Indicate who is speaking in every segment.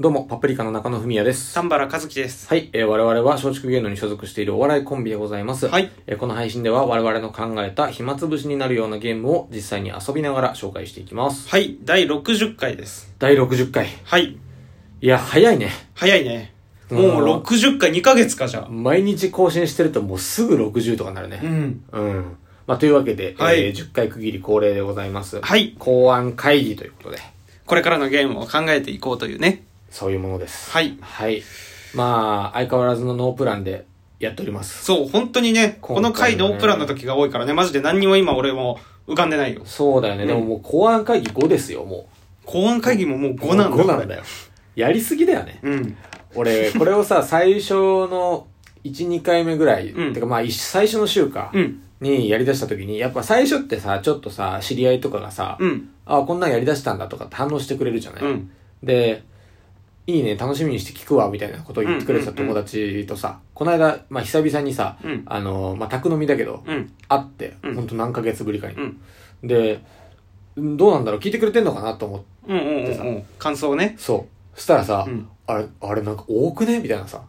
Speaker 1: どうも、パプリカの中野文也です。
Speaker 2: 丹原和樹です。
Speaker 1: はい、えー我々は松竹芸能に所属しているお笑いコンビでございます。
Speaker 2: はい
Speaker 1: えーこの配信では我々の考えた暇つぶしになるようなゲームを実際に遊びながら紹介していきます。
Speaker 2: はい、第60回です。
Speaker 1: 第60回。
Speaker 2: はい、
Speaker 1: いや、早いね。
Speaker 2: 早いね。も
Speaker 1: うん
Speaker 2: う60回2ヶ月かじゃあ。
Speaker 1: 毎日更新してるともうすぐ60とかなる
Speaker 2: う
Speaker 1: ね。
Speaker 2: ん。
Speaker 1: うん。まあ、というわけで、
Speaker 2: はい
Speaker 1: えー10回区切り恒例でございます。
Speaker 2: はい、
Speaker 1: 考案会議ということで、
Speaker 2: これからのゲームを考えていこうというね。
Speaker 1: そういうものです。
Speaker 2: はい
Speaker 1: はい。まあ、相変わらずのノープランでやっております。
Speaker 2: そう、本当にね、
Speaker 1: 今回の
Speaker 2: こ
Speaker 1: ね
Speaker 2: の回ノープランの時が多いからね、マジで何にも今俺も浮かんでないよ。
Speaker 1: そうだよね。でももう考案会議5ですよ、もう。
Speaker 2: 公安会議ももう5なんだ。
Speaker 1: 5なんだよ。やりすぎだよね。
Speaker 2: うん。
Speaker 1: 俺、これを さ、最初の1、2回目ぐらい、
Speaker 2: うん
Speaker 1: てかまあ、一最初の週か
Speaker 2: う、ん。
Speaker 1: にやり出した時に、やっぱ最初ってさ、ちょっとさ、知り合いとかがさ、
Speaker 2: うん。
Speaker 1: あこんなんやり出したんだとかって反応してくれるじゃない、
Speaker 2: うん。
Speaker 1: で、いいね、楽しみにして聞くわ、みたいなことを言ってくれてた
Speaker 2: うんうんうん
Speaker 1: 友達とさ、この間、まあ、久々にさ、
Speaker 2: うん
Speaker 1: あの、まあ、宅飲みだけど、
Speaker 2: うん。
Speaker 1: 会って、
Speaker 2: うん
Speaker 1: ほんと何ヶ月ぶりかに。
Speaker 2: うん。
Speaker 1: で、うんどうなんだろう聞いてくれてんのかなと思って、
Speaker 2: うん。うん。うん。うん感想ね。
Speaker 1: そう。したらさ、
Speaker 2: うん
Speaker 1: あれ、あれなんか多くねみたいなさ。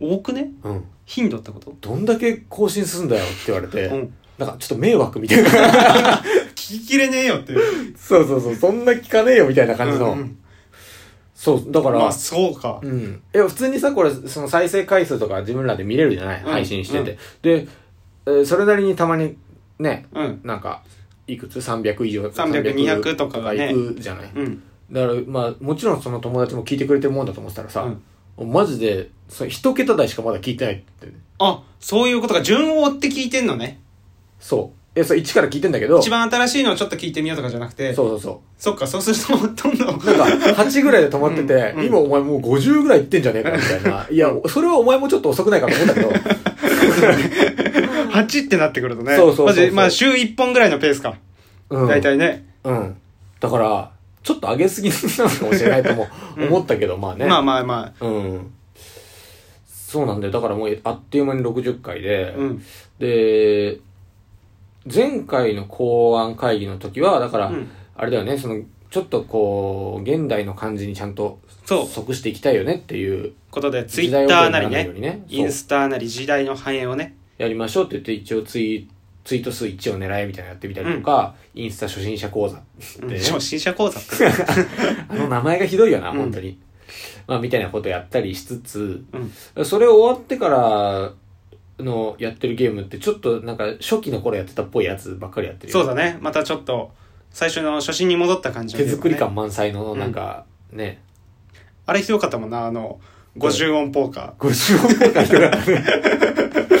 Speaker 2: 多くね
Speaker 1: うん。
Speaker 2: 頻度ってこと
Speaker 1: どんだけ更新すんだよって言われて、
Speaker 2: うん。
Speaker 1: なんかちょっと迷惑みたい な。
Speaker 2: 聞ききれねえよっていう。
Speaker 1: そうそうそう、そんな聞かねえよみたいな感じの。
Speaker 2: うんうん
Speaker 1: そう、だから、
Speaker 2: まあ、そうか
Speaker 1: う。ん。え、普通にさ、これ、その再生回数とか自分らで見れるじゃない、
Speaker 2: うん
Speaker 1: 配信してて。で、えーそれなりにたまに、ね、
Speaker 2: うん。
Speaker 1: なんか、いくつ ?300 以上。
Speaker 2: 300 200とかがね
Speaker 1: いくじゃない。
Speaker 2: うん。
Speaker 1: だから、まあ、もちろんその友達も聞いてくれてるもんだと思ってたら
Speaker 2: う
Speaker 1: さ、
Speaker 2: ん。
Speaker 1: マジで、その一桁台しかまだ聞いてないって、
Speaker 2: あ、そういうことか。順を追って聞いてんのね。
Speaker 1: そう。え、それ1から聞いてんだけど、
Speaker 2: 一番新しいのをちょっと聞いてみようとかじゃなくて。
Speaker 1: そうそうそ
Speaker 2: そっか、そうすると、どんどん。
Speaker 1: う。なんか、8ぐらいで止まってて、
Speaker 2: うんうん
Speaker 1: 今お前もう50ぐらいいってんじゃねえかみたいな。いや、それはお前もちょっと遅くないかと思うんだけど、
Speaker 2: 8ってなってくるとね。
Speaker 1: そうそうそうそう
Speaker 2: マジでまあ、週1本ぐらいのペースか。
Speaker 1: うん。
Speaker 2: 大体ね。
Speaker 1: うん。だから、ちょっと上げすぎなのかもしれないとも思ったけど、まあね。
Speaker 2: まあまあま
Speaker 1: うん。そうなんだよ。だからもう、あっという間に60回
Speaker 2: あ。
Speaker 1: で、
Speaker 2: うん。
Speaker 1: で、前回の公安会議の時は、だから、
Speaker 2: うん
Speaker 1: あれだよね、その、ちょっとこう、現代の感じにちゃんと
Speaker 2: そう
Speaker 1: 即していきたいよねっていう、
Speaker 2: ことで、ツイ
Speaker 1: 時
Speaker 2: ッ
Speaker 1: 代
Speaker 2: ター
Speaker 1: 遅れ
Speaker 2: な
Speaker 1: に
Speaker 2: り
Speaker 1: ならないように
Speaker 2: ね。
Speaker 1: ねそう
Speaker 2: インスタなり時代の繁栄をね。
Speaker 1: やりましょうって言って、一応ツイツイート数1を狙えみたいなのやってみたりとか、インスタ初心者講座って
Speaker 2: う
Speaker 1: ね、
Speaker 2: ん初心者講座って。
Speaker 1: あの名前がひどいよな、
Speaker 2: うん
Speaker 1: 本当に。まあ、みたいなことやったりしつつ、
Speaker 2: うん。
Speaker 1: それ終わってからのやってるゲームって、ちょっとなんか初期の頃やってたっぽいやつばっかりやってるよ
Speaker 2: そうだね。またちょっと、最初の初心に戻った感じの
Speaker 1: 手作り
Speaker 2: ね。
Speaker 1: 感満載の、なんか、ね、
Speaker 2: あれひどかったもんな、あの、50音ポーカ
Speaker 1: 50音ポーカーひどかったね。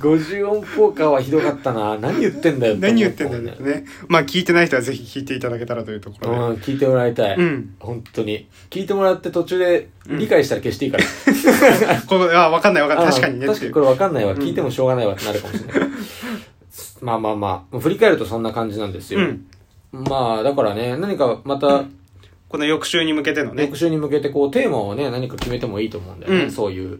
Speaker 1: 50音ポーカーはひどかったな。何言ってんだよ
Speaker 2: ー。何言ってんだよね。
Speaker 1: ね。
Speaker 2: ねまあ、聞いてない人はぜひ聞いていただけたらというとこ
Speaker 1: うん
Speaker 2: ろ、
Speaker 1: 聞いてもらいたい。
Speaker 2: うん
Speaker 1: 本当に。聞いてもらって途中で理解したら消していいから。
Speaker 2: で。これ、あ、わかんないわかんない。確かに
Speaker 1: あ
Speaker 2: ね
Speaker 1: の
Speaker 2: っ
Speaker 1: 確
Speaker 2: て
Speaker 1: か
Speaker 2: い
Speaker 1: にこ。れ
Speaker 2: う
Speaker 1: 分かんないわ、
Speaker 2: うん
Speaker 1: 聞いてもしょうがないわってなるかもしれないまあまあまあ振り返るとそんな感じなんですよ、
Speaker 2: うん。
Speaker 1: まあだからね何かまた
Speaker 2: この翌週に向けてのね
Speaker 1: 翌。週に向けてこうテーマをね何か決めてもいいと思うんだよね、
Speaker 2: うん
Speaker 1: そういう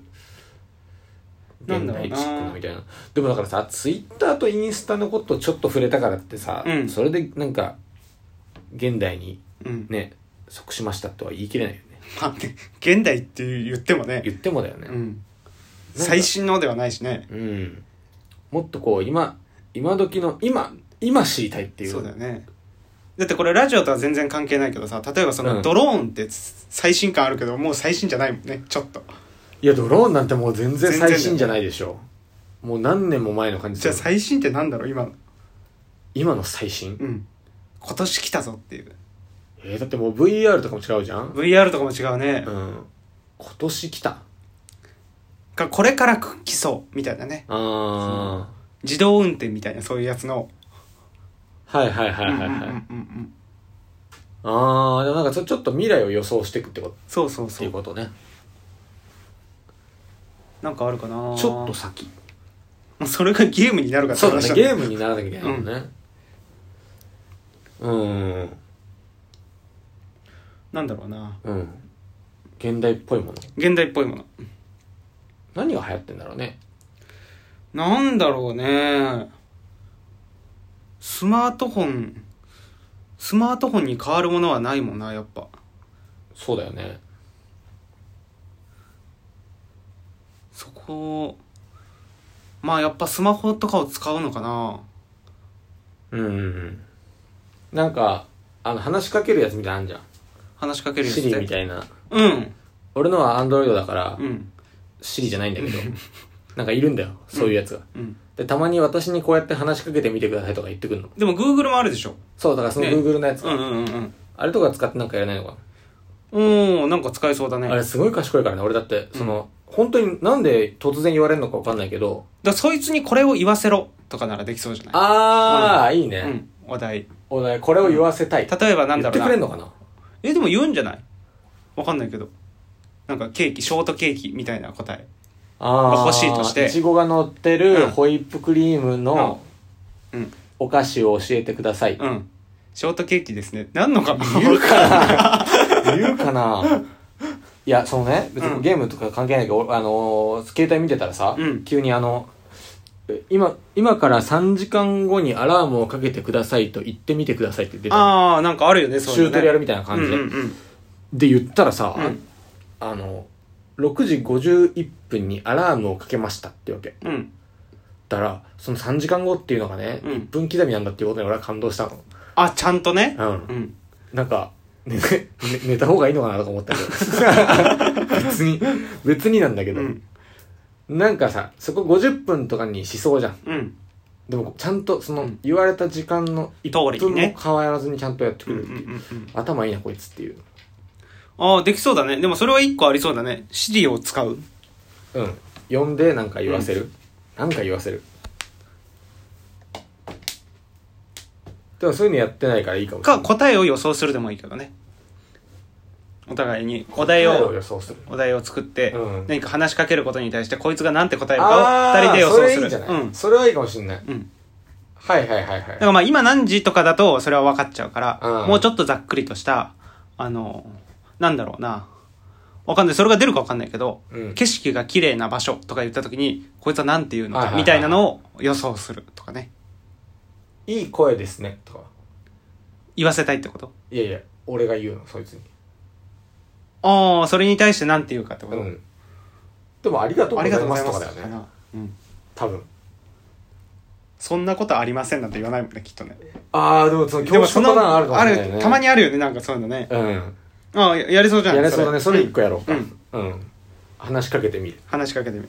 Speaker 2: なんだろうな
Speaker 1: チックなみたいなでもだからさツイッターとインスタのことちょっと触れたからってさ、
Speaker 2: うん
Speaker 1: それでなんか現代に
Speaker 2: うん。
Speaker 1: ね即しましたとは言い切れないよね
Speaker 2: まあね、現代って言ってもね、
Speaker 1: 言ってもだよね
Speaker 2: うん。
Speaker 1: なんか
Speaker 2: 最新のではないしね。
Speaker 1: うん、もっとこう今今時の今今知りたいっていう
Speaker 2: そうだよね。だってこれラジオとは全然関係ないけどさ、例えばそ
Speaker 1: うん
Speaker 2: のドローンって最新感あるけど、もう最新じゃないもんね、ちょっと。
Speaker 1: いや、ドローンなんてもう全然
Speaker 2: 全然だよ
Speaker 1: 最新じゃないでしょ。もう何年も前の感じ
Speaker 2: じゃ
Speaker 1: で
Speaker 2: あ最新ってなんだろう、今の。
Speaker 1: 今の最新
Speaker 2: うん。今年来たぞっていう。
Speaker 1: えー、だってもう VR とかも違うじゃん
Speaker 2: VR とかも違うね
Speaker 1: う。ん。今年来た。あ
Speaker 2: かこれから来そう、みたいなね。
Speaker 1: あ
Speaker 2: 自動運転みたいな、そういうやつの。
Speaker 1: ー。はいはいはい
Speaker 2: うんうん
Speaker 1: は
Speaker 2: う
Speaker 1: い
Speaker 2: ん
Speaker 1: はい。
Speaker 2: うんうん。
Speaker 1: ああ、でもなんかちょちょっと未来を予想していくってこと
Speaker 2: そうそう
Speaker 1: って
Speaker 2: そ
Speaker 1: いう
Speaker 2: う。
Speaker 1: ことね。
Speaker 2: なんかあるかな
Speaker 1: ちょっと先。
Speaker 2: と。それがゲームになるかって
Speaker 1: そうだ
Speaker 2: 話
Speaker 1: ね。
Speaker 2: だ
Speaker 1: ゲームにならなきゃいけないもんね。うん。
Speaker 2: なんだろうな。
Speaker 1: うん。現代っぽいもの。
Speaker 2: 現代っぽいもの。
Speaker 1: 何が流行ってんだろうね。
Speaker 2: なんだろうね。スマートフォン、スマートフォンに変わるものはないもんな、やっぱ。
Speaker 1: そうだよね。
Speaker 2: ホまあやっぱスマホとかを使うのかな
Speaker 1: うんうんうん。なんか、あの、話しかけるやつみたいなのあんじゃん。
Speaker 2: 話しかけるやつ
Speaker 1: シ
Speaker 2: で
Speaker 1: リみたいな。
Speaker 2: うん
Speaker 1: 俺のはアンドロイドだから
Speaker 2: う、ん
Speaker 1: シリじゃないんだけど、なんかいるんだよ、そういうやつが。
Speaker 2: うん
Speaker 1: で、たまに私にこうやって話しかけてみてくださいとか言ってくるの。
Speaker 2: でも Google もあるでしょ
Speaker 1: そう、だからその
Speaker 2: ね
Speaker 1: Google のやつ
Speaker 2: う
Speaker 1: が、
Speaker 2: んうんうん
Speaker 1: あれとか使ってなんかやらないのか
Speaker 2: うんおーなんか使えそうだね
Speaker 1: な。あれすごい賢いからね、俺だって、その、本当になんで突然言われるのかわかんないけど、
Speaker 2: だからそいつにこれを言わせろとかならできそうじゃない
Speaker 1: あー、いいうね。
Speaker 2: んお題
Speaker 1: お前、これを言わせたい。
Speaker 2: 例えばな
Speaker 1: 言
Speaker 2: んだ
Speaker 1: って
Speaker 2: ろ
Speaker 1: くれ
Speaker 2: うんな
Speaker 1: のかな
Speaker 2: えでも言うんじゃないわかんないけどなんかケーキショートケーキみたいな答え
Speaker 1: あ
Speaker 2: 欲しいとして
Speaker 1: いちごが乗って
Speaker 2: う
Speaker 1: る
Speaker 2: ん
Speaker 1: ホイップクリームの
Speaker 2: うんうん
Speaker 1: お菓子を教えてください。
Speaker 2: うんショートケーキですねなんのかな
Speaker 1: 言うかな言うかないや、そのね、別
Speaker 2: うん
Speaker 1: にゲームとか関係ないけど、俺あのー携帯見てたらさ、
Speaker 2: うん
Speaker 1: 急にあの、え今、今から3時間後にアラームをかけてくださいと言ってみてくださいって出てた、
Speaker 2: ああなんかあるよねそう
Speaker 1: シ
Speaker 2: いう
Speaker 1: ュ
Speaker 2: の
Speaker 1: ー
Speaker 2: ね
Speaker 1: トリアルみたいな感じで。
Speaker 2: うんうん
Speaker 1: で、言ったらさ、
Speaker 2: うん
Speaker 1: あの、6時51分にアラームをかけましたってわけ。
Speaker 2: うんうん
Speaker 1: だから、その3時間後っていうのがね、
Speaker 2: うん
Speaker 1: 1分刻みなんだっていうことに俺は感動したの。
Speaker 2: あちゃんとね
Speaker 1: うん
Speaker 2: う。ん
Speaker 1: なんか、ね、ね寝た方がいいのかなとか思ったけ ど。別に、別になんだけ
Speaker 2: う
Speaker 1: ど。
Speaker 2: ん
Speaker 1: なんかさ、そこ50分とかにしそうじゃん。
Speaker 2: うん
Speaker 1: でも、ちゃんとそうの
Speaker 2: ん、
Speaker 1: 言われた時間の
Speaker 2: 通
Speaker 1: 1
Speaker 2: りに
Speaker 1: 分
Speaker 2: ね
Speaker 1: も変わらずにちゃんとやってく
Speaker 2: うんう
Speaker 1: れ
Speaker 2: ん
Speaker 1: る。
Speaker 2: うんうん
Speaker 1: 頭いいな、こいつっていう。
Speaker 2: ああできそうだねでもそれは一個ありそうだねシリを使う
Speaker 1: うん。呼んで、なんか言わせる。なんか言わせる。でも、そういうのやってないからいいかもしれな
Speaker 2: か
Speaker 1: い。
Speaker 2: 答えを予想するでもいいけどねお互いにお題
Speaker 1: 答え
Speaker 2: を
Speaker 1: 予想する。
Speaker 2: お題を作って、
Speaker 1: うん
Speaker 2: 何か話しかけることに対してこいつが何て答える
Speaker 1: あ
Speaker 2: かを
Speaker 1: あ
Speaker 2: 二人で予想する
Speaker 1: それいいんじゃない、
Speaker 2: うん
Speaker 1: それはいいかもしれない。
Speaker 2: うん
Speaker 1: はいはいはい
Speaker 2: だか
Speaker 1: はい。
Speaker 2: らまあ今何時とかだとそれは分かっちゃうから、
Speaker 1: うん
Speaker 2: もうちょっとざっくりとした、あの、なんだろうな。わかんない。それが出るかわかんないけど、
Speaker 1: うん
Speaker 2: 景色が綺麗な場所とか言った時に、こいつは何て言うの
Speaker 1: はい
Speaker 2: か、
Speaker 1: はいはい
Speaker 2: みたいなのを予想するとかね。
Speaker 1: いい声ですね、とか。
Speaker 2: 言わせたいってこと
Speaker 1: いやいや、俺が言うの、そいつに。
Speaker 2: ああ、それに対して何て言うかってこ
Speaker 1: う
Speaker 2: と、
Speaker 1: ん。でも、ありがとう
Speaker 2: あ
Speaker 1: ござ
Speaker 2: り
Speaker 1: い
Speaker 2: がとうご
Speaker 1: ま
Speaker 2: ざい
Speaker 1: す
Speaker 2: ま
Speaker 1: と
Speaker 2: す
Speaker 1: かだ
Speaker 2: と
Speaker 1: よ
Speaker 2: かな。
Speaker 1: ね。
Speaker 2: うん。
Speaker 1: 多分。
Speaker 2: そんなことありませんなんて言わないもんね、きっとね。
Speaker 1: ああ、でもその、
Speaker 2: で
Speaker 1: 教
Speaker 2: も
Speaker 1: 師
Speaker 2: そ
Speaker 1: パ
Speaker 2: の
Speaker 1: ターンあるかもしれない
Speaker 2: あ
Speaker 1: ね。
Speaker 2: るたま。にあるよね、なんかそういうのね。
Speaker 1: うん。
Speaker 2: ああ、ややりそうじゃん。
Speaker 1: やれそうだね、それ一個やろうか
Speaker 2: う。ん
Speaker 1: うん。話しかけてみる。
Speaker 2: 話しかけてみる、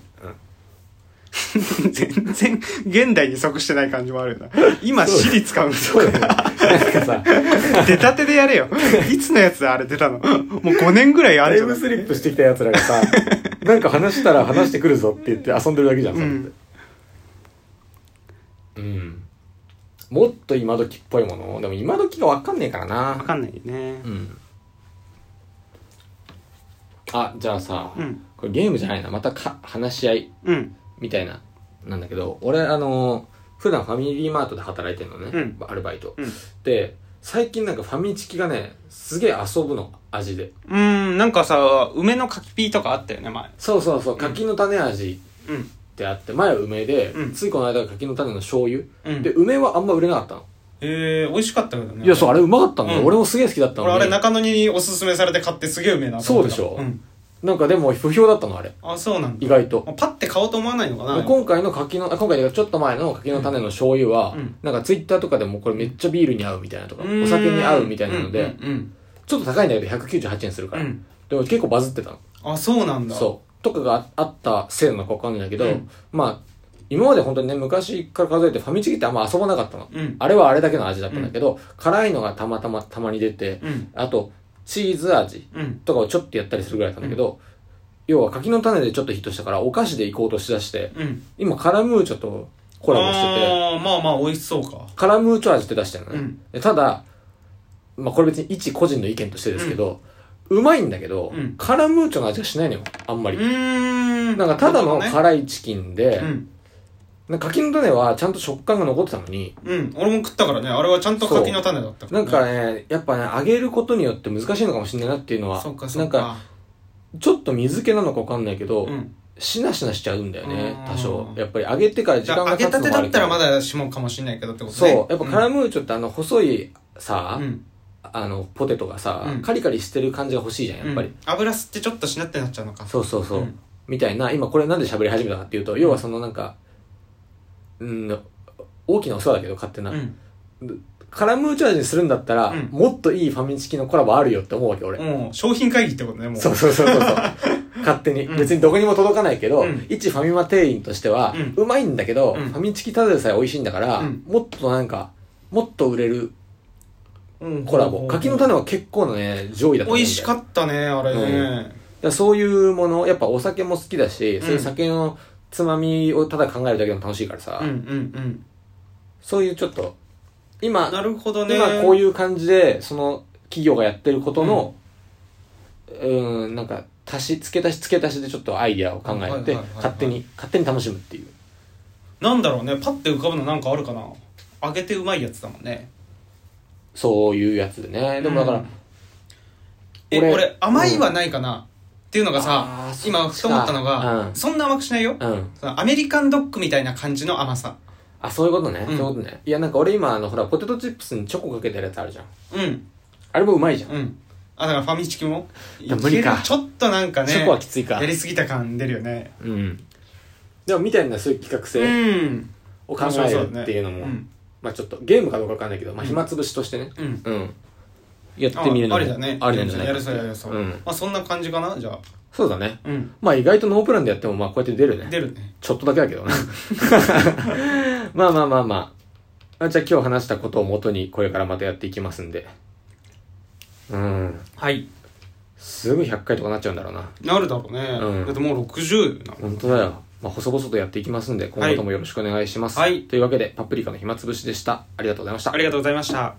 Speaker 2: 全然現代に即してない感じもある よな今
Speaker 1: そうだ
Speaker 2: シリ使うんだ
Speaker 1: そうだね。なんかさ、
Speaker 2: 出たてでや れよいつのやつだあれ出たのもう5年ぐら いあ
Speaker 1: タ
Speaker 2: る
Speaker 1: イ
Speaker 2: じゃん
Speaker 1: ムスリップしてきた奴らがさ、なんか話したら話してくるぞって言って遊んでるだけじゃん、それって。うん。もっと今時っぽいものでも今時がわかんねえからな。
Speaker 2: 分かんないね
Speaker 1: うん。あ、じゃあさ、
Speaker 2: うん
Speaker 1: これゲームじゃないな。またか話し合い
Speaker 2: うん
Speaker 1: みたいな、なんだけど、俺、あのー普段ファミリーマートで働いてるのね、
Speaker 2: うん
Speaker 1: アルバイト、
Speaker 2: うん
Speaker 1: で、最近なんかファミチキがね、すげえ遊ぶの、味で。
Speaker 2: うーんなんかさ梅の柿ピーとかあったよね前
Speaker 1: そうそうそう、柿の種味
Speaker 2: うん
Speaker 1: ってあって、前は梅で、
Speaker 2: うん
Speaker 1: ついこの間が柿の種の醤油、
Speaker 2: うん
Speaker 1: で、梅はあんま売れなかったの。
Speaker 2: えー、美味しかったけどね
Speaker 1: いや、そう、あれうまかったんだよ。
Speaker 2: うん
Speaker 1: 俺もすげえ好きだったの
Speaker 2: 俺
Speaker 1: に。
Speaker 2: あれ中野におすすめされて買ってすげえうめえなと思った
Speaker 1: そうでしょ
Speaker 2: ん、
Speaker 1: なんかでも不評だったの、あれ。
Speaker 2: あそうなんだ
Speaker 1: 意外と。
Speaker 2: パッて買おうと思わないのかな
Speaker 1: 今回の柿の、あ今回というかちょっと前の柿の種の醤油は、
Speaker 2: うん
Speaker 1: なんかツイッターとかでもこれめっちゃビールに合うみたいなとか、
Speaker 2: うーん
Speaker 1: お酒に合うみたいなので、
Speaker 2: うん
Speaker 1: ちょっと高いんだけど198円する
Speaker 2: う
Speaker 1: か
Speaker 2: ん、う
Speaker 1: ら。
Speaker 2: んうん
Speaker 1: でも結構バズってたの。
Speaker 2: あそうなんだ
Speaker 1: そう。とかがああったせいなのかわかんないんだけど、
Speaker 2: うん
Speaker 1: まあ、今まで本当にね、昔から数えてファミチキってあんま遊ばなかったの。
Speaker 2: うん
Speaker 1: あれはあれだけの味だったんだけど、辛いのがたまたま、たまに出て、
Speaker 2: うん
Speaker 1: あと、チーズ味
Speaker 2: うん
Speaker 1: とかをちょっとやったりするぐらいなんだけど、要は柿の種でちょっとヒットしたから、お菓子で行こうとしだして、
Speaker 2: うん
Speaker 1: 今、カラムーチョとコラボしてて、
Speaker 2: あーまあまあ美味しそうか
Speaker 1: カラムーチョ味って出してるのね。
Speaker 2: うん
Speaker 1: でただ、まあこれ別に一個人の意見としてですけど、うまいんだけど、
Speaker 2: うん
Speaker 1: カラムーチョの味がしないのよ、あんま
Speaker 2: う
Speaker 1: り。
Speaker 2: ーん
Speaker 1: なんかただの
Speaker 2: なるほ
Speaker 1: 辛いチキンで、
Speaker 2: どね
Speaker 1: なんか柿の種はちゃんと食感が残ってたのに、
Speaker 2: うんうん俺も食ったからねあれはちゃんと柿の種だった
Speaker 1: なんか
Speaker 2: ね
Speaker 1: ね、やっぱね、揚げることによって難しいのかもしれないなっていうのは、
Speaker 2: そうか
Speaker 1: な
Speaker 2: そうん
Speaker 1: か
Speaker 2: か
Speaker 1: ちょっと水気なのかわかんないけど、
Speaker 2: うん
Speaker 1: しなしなしちゃうんだよね
Speaker 2: うん、
Speaker 1: 多少。やっぱり揚げてから時
Speaker 2: じ
Speaker 1: 間
Speaker 2: ゃあ
Speaker 1: が
Speaker 2: 揚
Speaker 1: 経
Speaker 2: げ
Speaker 1: つの
Speaker 2: た
Speaker 1: もある
Speaker 2: てだったら
Speaker 1: け
Speaker 2: まだしもかもしれないけどってこ
Speaker 1: ど
Speaker 2: とね
Speaker 1: そう、やっぱカラムーチョってあの細いさ、
Speaker 2: うん
Speaker 1: あのポテトがさ、
Speaker 2: うん
Speaker 1: カリカリしてる感じが欲しいじゃんやっぱり、
Speaker 2: うん油吸ってちょっとしなってなっちゃうのか
Speaker 1: そうそうそう、
Speaker 2: うん
Speaker 1: みたいな、今これなんで喋り始めたかっていうと、要はそのなんか、うん、大きなお世話だけど勝手な。
Speaker 2: うん。
Speaker 1: カラムーチャージにするんだったら、
Speaker 2: うん
Speaker 1: もっといいファミチキのコラボあるよって思うわけ、俺。
Speaker 2: もう、商品会議ってことね、もう。
Speaker 1: そうそうそうそう そう。勝手に。
Speaker 2: うん
Speaker 1: 別にどこにも届かないけど、
Speaker 2: うん
Speaker 1: 一ファミマ店員としては、
Speaker 2: う
Speaker 1: うまいんだけど、
Speaker 2: うん
Speaker 1: ファミチキただでさえ美味しいんだから、
Speaker 2: うん
Speaker 1: もっとなんか、もっと売れる
Speaker 2: うん
Speaker 1: コラボ。柿の種は結構のね、上位だと思うんだ
Speaker 2: 美
Speaker 1: よ
Speaker 2: 味しかったね、あれね。
Speaker 1: だからそういうもの、やっぱお酒も好きだし、
Speaker 2: ん
Speaker 1: そういう酒のつまみをただ考えるだけでも楽しいからさ、
Speaker 2: うんうん
Speaker 1: そういうちょっと、
Speaker 2: う
Speaker 1: 今
Speaker 2: ん。、なるほどね。。
Speaker 1: 今こういうう感じで、その企業がやってることの、うーん、なんか、足し、付け足し付け足しでちょっとアイディアを考
Speaker 2: はいは
Speaker 1: え
Speaker 2: いはい
Speaker 1: て
Speaker 2: はい、
Speaker 1: 勝手に、勝手に楽しむっていう。
Speaker 2: なんだろうね、パッて浮かぶのなんかあるかな。揚げてうまいやつだもんね。
Speaker 1: そういうやつでね。でもだから、
Speaker 2: うんえ、
Speaker 1: 俺
Speaker 2: 俺、甘いはないかな。っていうのが
Speaker 1: あ
Speaker 2: さ
Speaker 1: ー、
Speaker 2: 今、ふと思ったの
Speaker 1: う
Speaker 2: が、
Speaker 1: ん
Speaker 2: そんな甘くしないよ。
Speaker 1: うん。
Speaker 2: そのアメリカンドッグみたいな感じの甘さ。
Speaker 1: あ、そういうことね。そ
Speaker 2: う
Speaker 1: う
Speaker 2: ん
Speaker 1: いうことね。いや、なんか俺今、あの、ほら、ポテトチップスにチョコかけてるやつあるじゃん。
Speaker 2: うん。
Speaker 1: あれもうまいじゃん。
Speaker 2: うん。あ、だからファミチキも
Speaker 1: いや無理か
Speaker 2: いけるちょっとなんかね、
Speaker 1: チョコはきついか
Speaker 2: や。りすぎた感出るよね。
Speaker 1: うん。でも、みたいなそういう企画
Speaker 2: う
Speaker 1: 性
Speaker 2: ん。
Speaker 1: を考えるっていうのも、
Speaker 2: うん。
Speaker 1: まあちょっと、ゲームかどうかわかんないけど、まあ暇つぶしとしてね。
Speaker 2: うん。
Speaker 1: うん。やっ
Speaker 2: あ
Speaker 1: てみるの
Speaker 2: ありだね。
Speaker 1: ありなんじゃない
Speaker 2: や
Speaker 1: か
Speaker 2: るそうやるそう。
Speaker 1: うん
Speaker 2: まあそんな感じかな、じゃあ。
Speaker 1: そうだね。
Speaker 2: うん。
Speaker 1: まあ意外とノープランでやっても、まあこうやって出るね。
Speaker 2: 出るね。
Speaker 1: ちょっとだけだ けどね。まあまあまあまあ。あじゃあ今日話したことをもとにこれからまたやっていきますんで。うん。
Speaker 2: はい。
Speaker 1: すぐ100回とかなっちゃうんだろうな。
Speaker 2: なるだろうね。
Speaker 1: うん
Speaker 2: だってもう60なの。
Speaker 1: 本当だよ。まあ細々とやっていきますんで、今後ともよろしくお願いします。
Speaker 2: はい
Speaker 1: というわけで、パプリカの暇つぶしでした。ありがとうございました
Speaker 2: あ。りがとうございました。